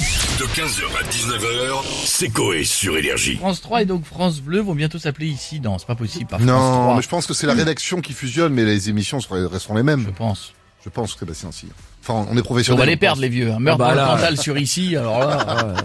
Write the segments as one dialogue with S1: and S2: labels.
S1: De 15h à 19h, c'est Coé sur Énergie.
S2: France 3 et donc France Bleu vont bientôt s'appeler ici. Non, c'est pas possible. Pas France
S3: Non,
S2: 3,
S3: mais je pense que c'est la rédaction qui fusionne, mais les émissions seraient- resteront les mêmes.
S2: je pense.
S3: Je pense, Sébastien, si. Enfin, on est
S2: On
S3: professionnels.
S2: va les
S3: on
S2: perdre, les vieux. Hein. Meurtre
S4: Ah bah
S2: dans le
S4: là.
S2: Cantal sur ici, alors là. euh,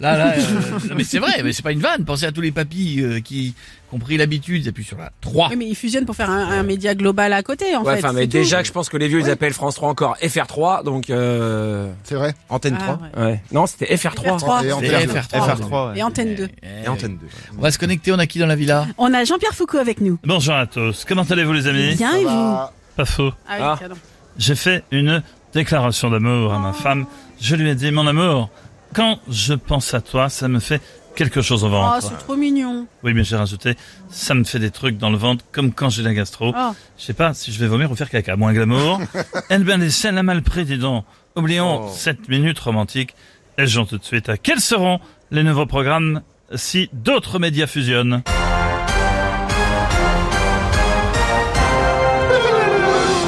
S2: Là, là, euh, non, mais c'est vrai, mais c'est pas une vanne. Pensez à tous les papis euh, qui, qui ont pris l'habitude d'appuyer sur la 3.
S5: Oui, mais ils fusionnent pour faire un, un média global à côté, en
S4: ouais,
S5: fait.
S4: enfin, mais
S5: c'est
S4: déjà
S5: tout.
S4: que je pense que les vieux ils appellent France 3 encore FR3, donc euh...
S3: pense. C'est vrai.
S6: Antenne
S5: Ah,
S6: 3
S5: ouais.
S4: ouais. Non, c'était FR3.
S5: FR3.
S3: Et
S2: C'est
S3: Antenne deux.
S2: FR3.
S6: FR3 ouais.
S5: Et Antenne 2.
S2: Eh
S6: et
S2: oui.
S6: Antenne 2.
S2: On va se connecter, on a qui dans la villa
S5: On a Jean-Pierre Foucault avec nous.
S7: Bonjour à tous, comment allez-vous les amis
S5: Bien, et vous
S3: Bah,
S7: Pas faux.
S5: Ah oui,
S4: Ah.
S5: pardon.
S7: J'ai fait une déclaration d'amour à ma femme. Je lui ai dit, mon amour, quand je pense à toi, ça me fait quelque chose au
S5: Oh,
S7: ventre.
S5: c'est trop mignon.
S7: oui, mais j'ai rajouté, ça me fait des trucs dans le ventre, comme quand j'ai la gastro.
S5: Oh.
S7: Je sais pas si je vais vomir ou faire caca. Moins glamour. Elle ben, les scènes à mal pris, dis donc. Oublions
S6: Oh.
S7: cette minute romantique. Et j'en tout de suite à quels seront les nouveaux programmes si d'autres médias fusionnent.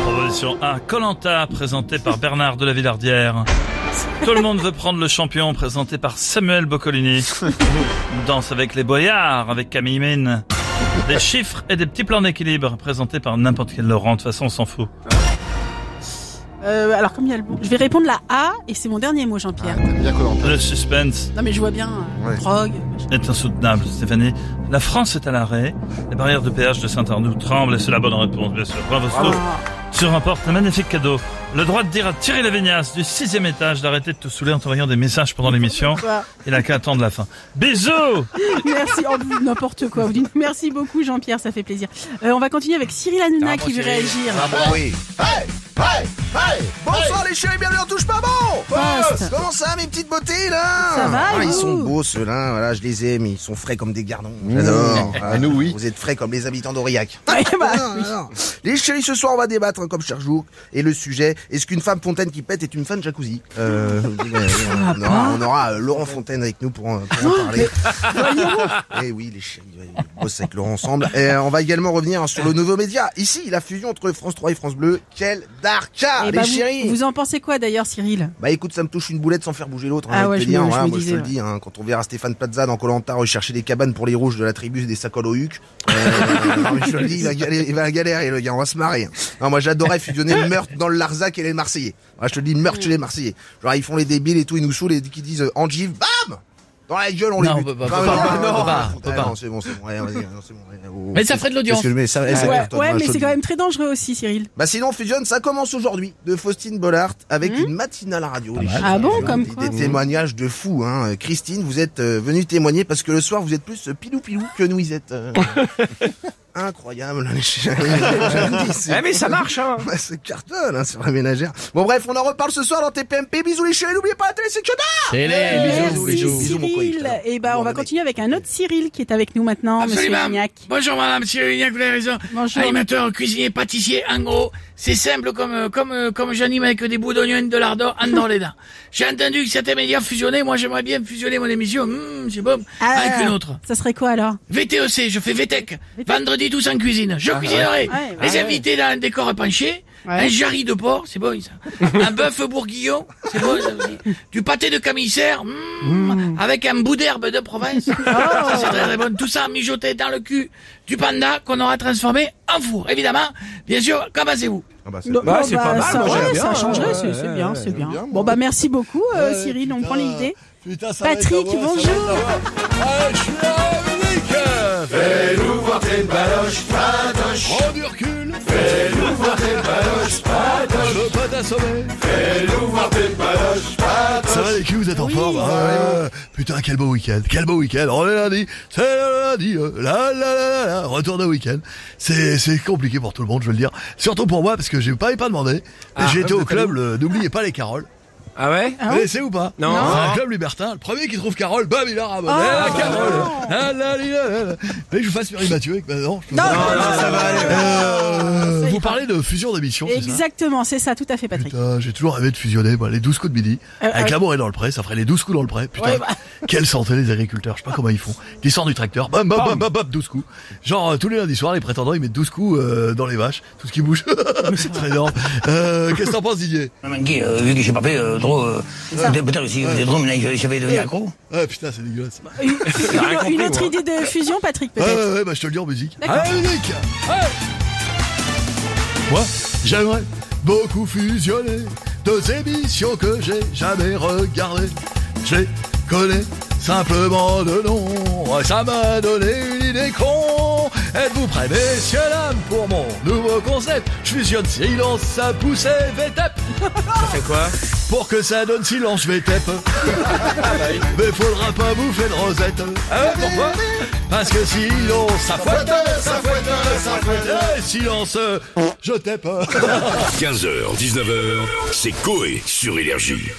S7: Proposition 1, Colanta, présenté par Bernard de la Villardière. Tout le monde veut prendre le champion, présenté par Samuel Boccolini. Danse avec les boyards, avec Camille Mine. Des chiffres et des petits plans d'équilibre présentés par n'importe quel Laurent. De toute façon, on s'en fout.
S5: Euh, alors, comme il y a le bon. Je vais répondre la A, et c'est mon dernier mot, Jean-Pierre.
S3: t'aimes bien Koh-Lanta.
S7: Le suspense
S5: Non, mais je vois bien. euh,
S3: Ouais.
S5: Drogue. machin.
S7: est insoutenable, Stéphanie. La France est à l'arrêt. Les barrières de péage de Saint-Arnoux tremblent et c'est la bonne réponse, bien sûr. Bravo, Sto.
S5: Oh.
S7: Tu remportes un magnifique cadeau. Le droit de dire à Thierry Lavignas du sixième étage d'arrêter de te saouler en t'envoyant des messages pendant l'émission.
S5: Voilà.
S7: Il a qu'à attendre la fin. Bisous!
S5: Merci, oh, vous- n'importe quoi. Vous dites merci beaucoup, Jean-Pierre, ça fait plaisir. Euh, on va continuer avec Cyril Hanouna qui veut réagir.
S6: Ah, oui.
S3: Hey, Ah hey,
S6: Bonsoir les chéris, bienvenue dans Touche pas bon Euh,
S5: Poste.
S6: Comment ça mes petites beautés là Ah,
S5: Ça va, et
S6: Ils
S5: vous
S6: sont beaux ceux-là, voilà, je les aime, ils sont frais comme des gardons. J'adore.
S3: Mmh. à nous, oui. Ah,
S6: Vous êtes frais comme les habitants d'Aurillac.
S5: Ouais, bah,
S6: Non, non, non. Les chéris, ce soir, on va débattre hein, comme chaque jour. Et le sujet, est-ce qu'une femme fontaine qui pète est une femme jacuzzi euh, euh,
S5: Ah
S6: on, aura,
S5: bah.
S6: on aura, euh, Laurent Fontaine avec nous pour, en- pour en parler. Eh oui, les chéris, ouais, on bosse avec Laurent ensemble. Et euh, on va également revenir sur le nouveau média. Ici, la fusion entre France 3 et France Bleu. Quel darka,
S5: eh
S6: Ah, les
S5: bah,
S6: chéris
S5: vous, vous en pensez quoi d'ailleurs, Cyril
S6: bah écoute, ça me touche une boulette sans faire bouger l'autre. hein,
S5: Ah
S6: je
S5: ouais,
S6: te
S5: je
S6: dis,
S5: me- je
S6: voilà,
S5: me
S6: moi,
S5: disais,
S6: je te le dis, hein, quand on verra Stéphane Plaza dans Colanta rechercher des cabanes pour les rouges de la tribu des Sacoles au Huc, euh, non, mais je te le dis, il va galérer, il va galérer, le gars, on va se marrer. hein. Non, moi j'adorais fusionner le meurtre dans le Larzac et les Marseillais. Moi, je te le dis, meurtre chez les Marseillais. Genre ils font les débiles et tout, ils nous saoulent et dès qu'ils disent euh, Angive, bam Dans la gueule, on
S2: Non,
S6: les
S2: on
S6: bute.
S2: peut pas,
S6: Ah,
S2: on peut pas,
S6: ouais, non,
S2: on peut
S6: non,
S2: pas,
S6: non,
S2: on peut
S6: ah,
S2: pas.
S6: non, c'est bon, c'est bon, ouais, ouais, non, c'est bon, ouais, oh,
S2: Mais ça
S6: qu'est-ce
S2: ferait de
S6: que-
S2: l'audience.
S6: qu'est-ce que- mais ça- eh, ça
S5: Ouais,
S6: cartonne,
S5: ouais,
S6: hein, je
S5: mais
S6: te
S5: c'est
S6: le
S5: quand
S6: dis.
S5: même très dangereux aussi, Cyril.
S6: Bah sinon fusionne, ça commence aujourd'hui de Faustine Bollard avec
S5: Hmm.
S6: une matinale à la radio. les
S2: mal.
S6: filles.
S5: Ah bon,
S6: Des-
S5: comme
S6: des,
S5: quoi.
S6: témoignages de fous. Hein. Euh, Christine, vous êtes euh, venue témoigner parce que le soir vous êtes plus euh, pilou pilou que nous êtes. Incroyable. Je vous dis, c'est-
S5: Ah,
S4: Eh, mais ça marche, hein!
S6: bah, c'est carton hein, sur la ménagère. Bon bref, on en reparle ce soir dans TPMP. Bisous les chéris, n'oubliez pas la télé, c'est que dalle
S2: C'est les
S5: Merci
S2: bisous, bisous.
S6: Eh, Bisous, mon coït.
S5: Cyril. Et ben on va
S6: Bon,
S5: continuer avec un autre Cyril qui est avec nous maintenant,
S8: Absolument.
S5: Monsieur Lignac.
S8: Bonjour madame, monsieur Lignac, vous avez raison.
S5: Bonjour.
S8: Animateur, cuisinier, pâtissier, en gros, c'est simple comme, euh, comme, euh, comme j'anime avec des bouts d'oignon, de lardon, en dans les dents. J'ai entendu que certains médias fusionnaient, moi j'aimerais bien fusionner mon émission, hmm, c'est bon,
S5: Ah,
S8: avec une autre.
S5: Ça serait quoi alors
S8: VTEC, E je fais VTEC, vendredi tous en cuisine, je cuisinerai
S5: E Ah, Ouais,
S8: les
S5: ouais.
S8: invités dans un décor penché,
S5: Ouais.
S8: un jarry de porc, c'est bon ça, un bœuf bourguignon, c'est bon ça aussi, du pâté de commissaire,
S5: Mm.
S8: hmm, avec un bout d'herbe de province.
S5: Oh.
S8: Ça, c'est très, très bon. Tout ça mijoté dans le cul du panda qu'on aura transformé en four. Évidemment, bien sûr, qu'en pensez-vous
S5: Non,
S4: Bah,
S5: non,
S4: c'est pas mal,
S5: ça,
S4: moi, j'aime
S5: ouais,
S4: bien,
S5: ça
S4: hein.
S5: changerait, c'est
S4: Ouais,
S5: c'est
S4: ouais,
S5: bien,
S4: ouais,
S5: c'est
S4: j'aime
S5: bien.
S3: bien, moi.
S5: Bon bah merci beaucoup euh,
S3: Ouais,
S5: Cyril, on
S3: putain,
S5: prend l'idée.
S3: Putain, ça
S5: Patrick, bonjour. Oh,
S3: je suis là, Nick Fais-nous voir tes baloches, patoches Prends du recul Fais-nous voir tes baloches, patoches Je veux pas t'assommer Fais-nous voir tes baloches, patoches Ça va les culs, vous êtes en forme
S4: bah
S3: hein Euh, Putain, quel beau week-end, quel beau week-end On est lundi, c'est le lundi, euh, la la la la la Retour de week-end, c'est c'est compliqué pour tout le monde, je veux le dire. Surtout pour moi, parce que j'ai pas, pas demandé.
S4: Ah,
S3: J'étais
S4: vous
S3: au
S4: êtes allé
S3: club, le- n'oubliez pas les caroles.
S4: Ah ouais?
S5: Ah
S3: Vous
S5: ouais
S3: connaissez ou pas
S4: Non.
S3: C'est un club libertin. Le premier qui trouve Carole, bam, il a ramené.
S5: Ah,
S3: la Carole Ah là là là là. Vous voulez que je vous fasse Marie Mathieu avec ma- Non, je peux
S5: Non,
S3: pas.
S5: non, non,
S4: ça va
S3: Euh,
S5: Ça y arrive
S7: vous
S5: pas.
S7: parlez de fusion d'émissions,
S4: hein.
S7: c'est ça
S5: Exactement, c'est ça, tout à fait, Patrick.
S7: Putain, j'ai toujours rêvé de fusionner moi, les 12 coups de midi
S5: Euh,
S7: avec
S5: euh,
S7: l'amour et dans le pré, ça ferait les 12 coups dans le pré. Putain,
S5: Ouais, bah.
S7: quelle santé les agriculteurs, je sais pas comment ils font. Ils sortent du tracteur, bam bam bam bam, bam 12 coups. Genre euh, tous les lundis soirs, les prétendants ils mettent 12 coups euh, dans les vaches, tout ce qui bouge. c'est très énorme. Euh, qu'est-ce que t'en penses Didier
S9: Mangué, euh, vu que j'ai pas fait euh, trop. Euh, de- Peut-être si vous êtes drôle, mais là, j'avais devenu accro.
S3: Eh,
S7: Ah putain, c'est dégueulasse.
S5: Une, une-
S4: rien compris,
S5: une autre
S4: moi.
S5: idée de fusion, Patrick,
S7: Ouais,
S5: peut-être.
S7: ouais, ouais, bah je te le dis en musique.
S5: D'accord.
S7: Allez, Nick Moi, j'aimerais beaucoup fusionner deux émissions que j'ai jamais regardées. Je les connais simplement de nom. Ça m'a donné une idée con. Êtes-vous prêts, messieurs, dames, pour mon nouveau concept Je fusionne silence, ça pousse et VTEP.
S4: Ça fait quoi
S7: Pour que ça donne silence, je vais tep. Mais faudra pas bouffer de rosette.
S4: bah Ah ouais, pourquoi
S7: Parce que sinon, ça fouette, ça fouette, ça fouette. Et silence, euh, je tape.
S1: 15h, 19h, c'est Coé sur Énergie.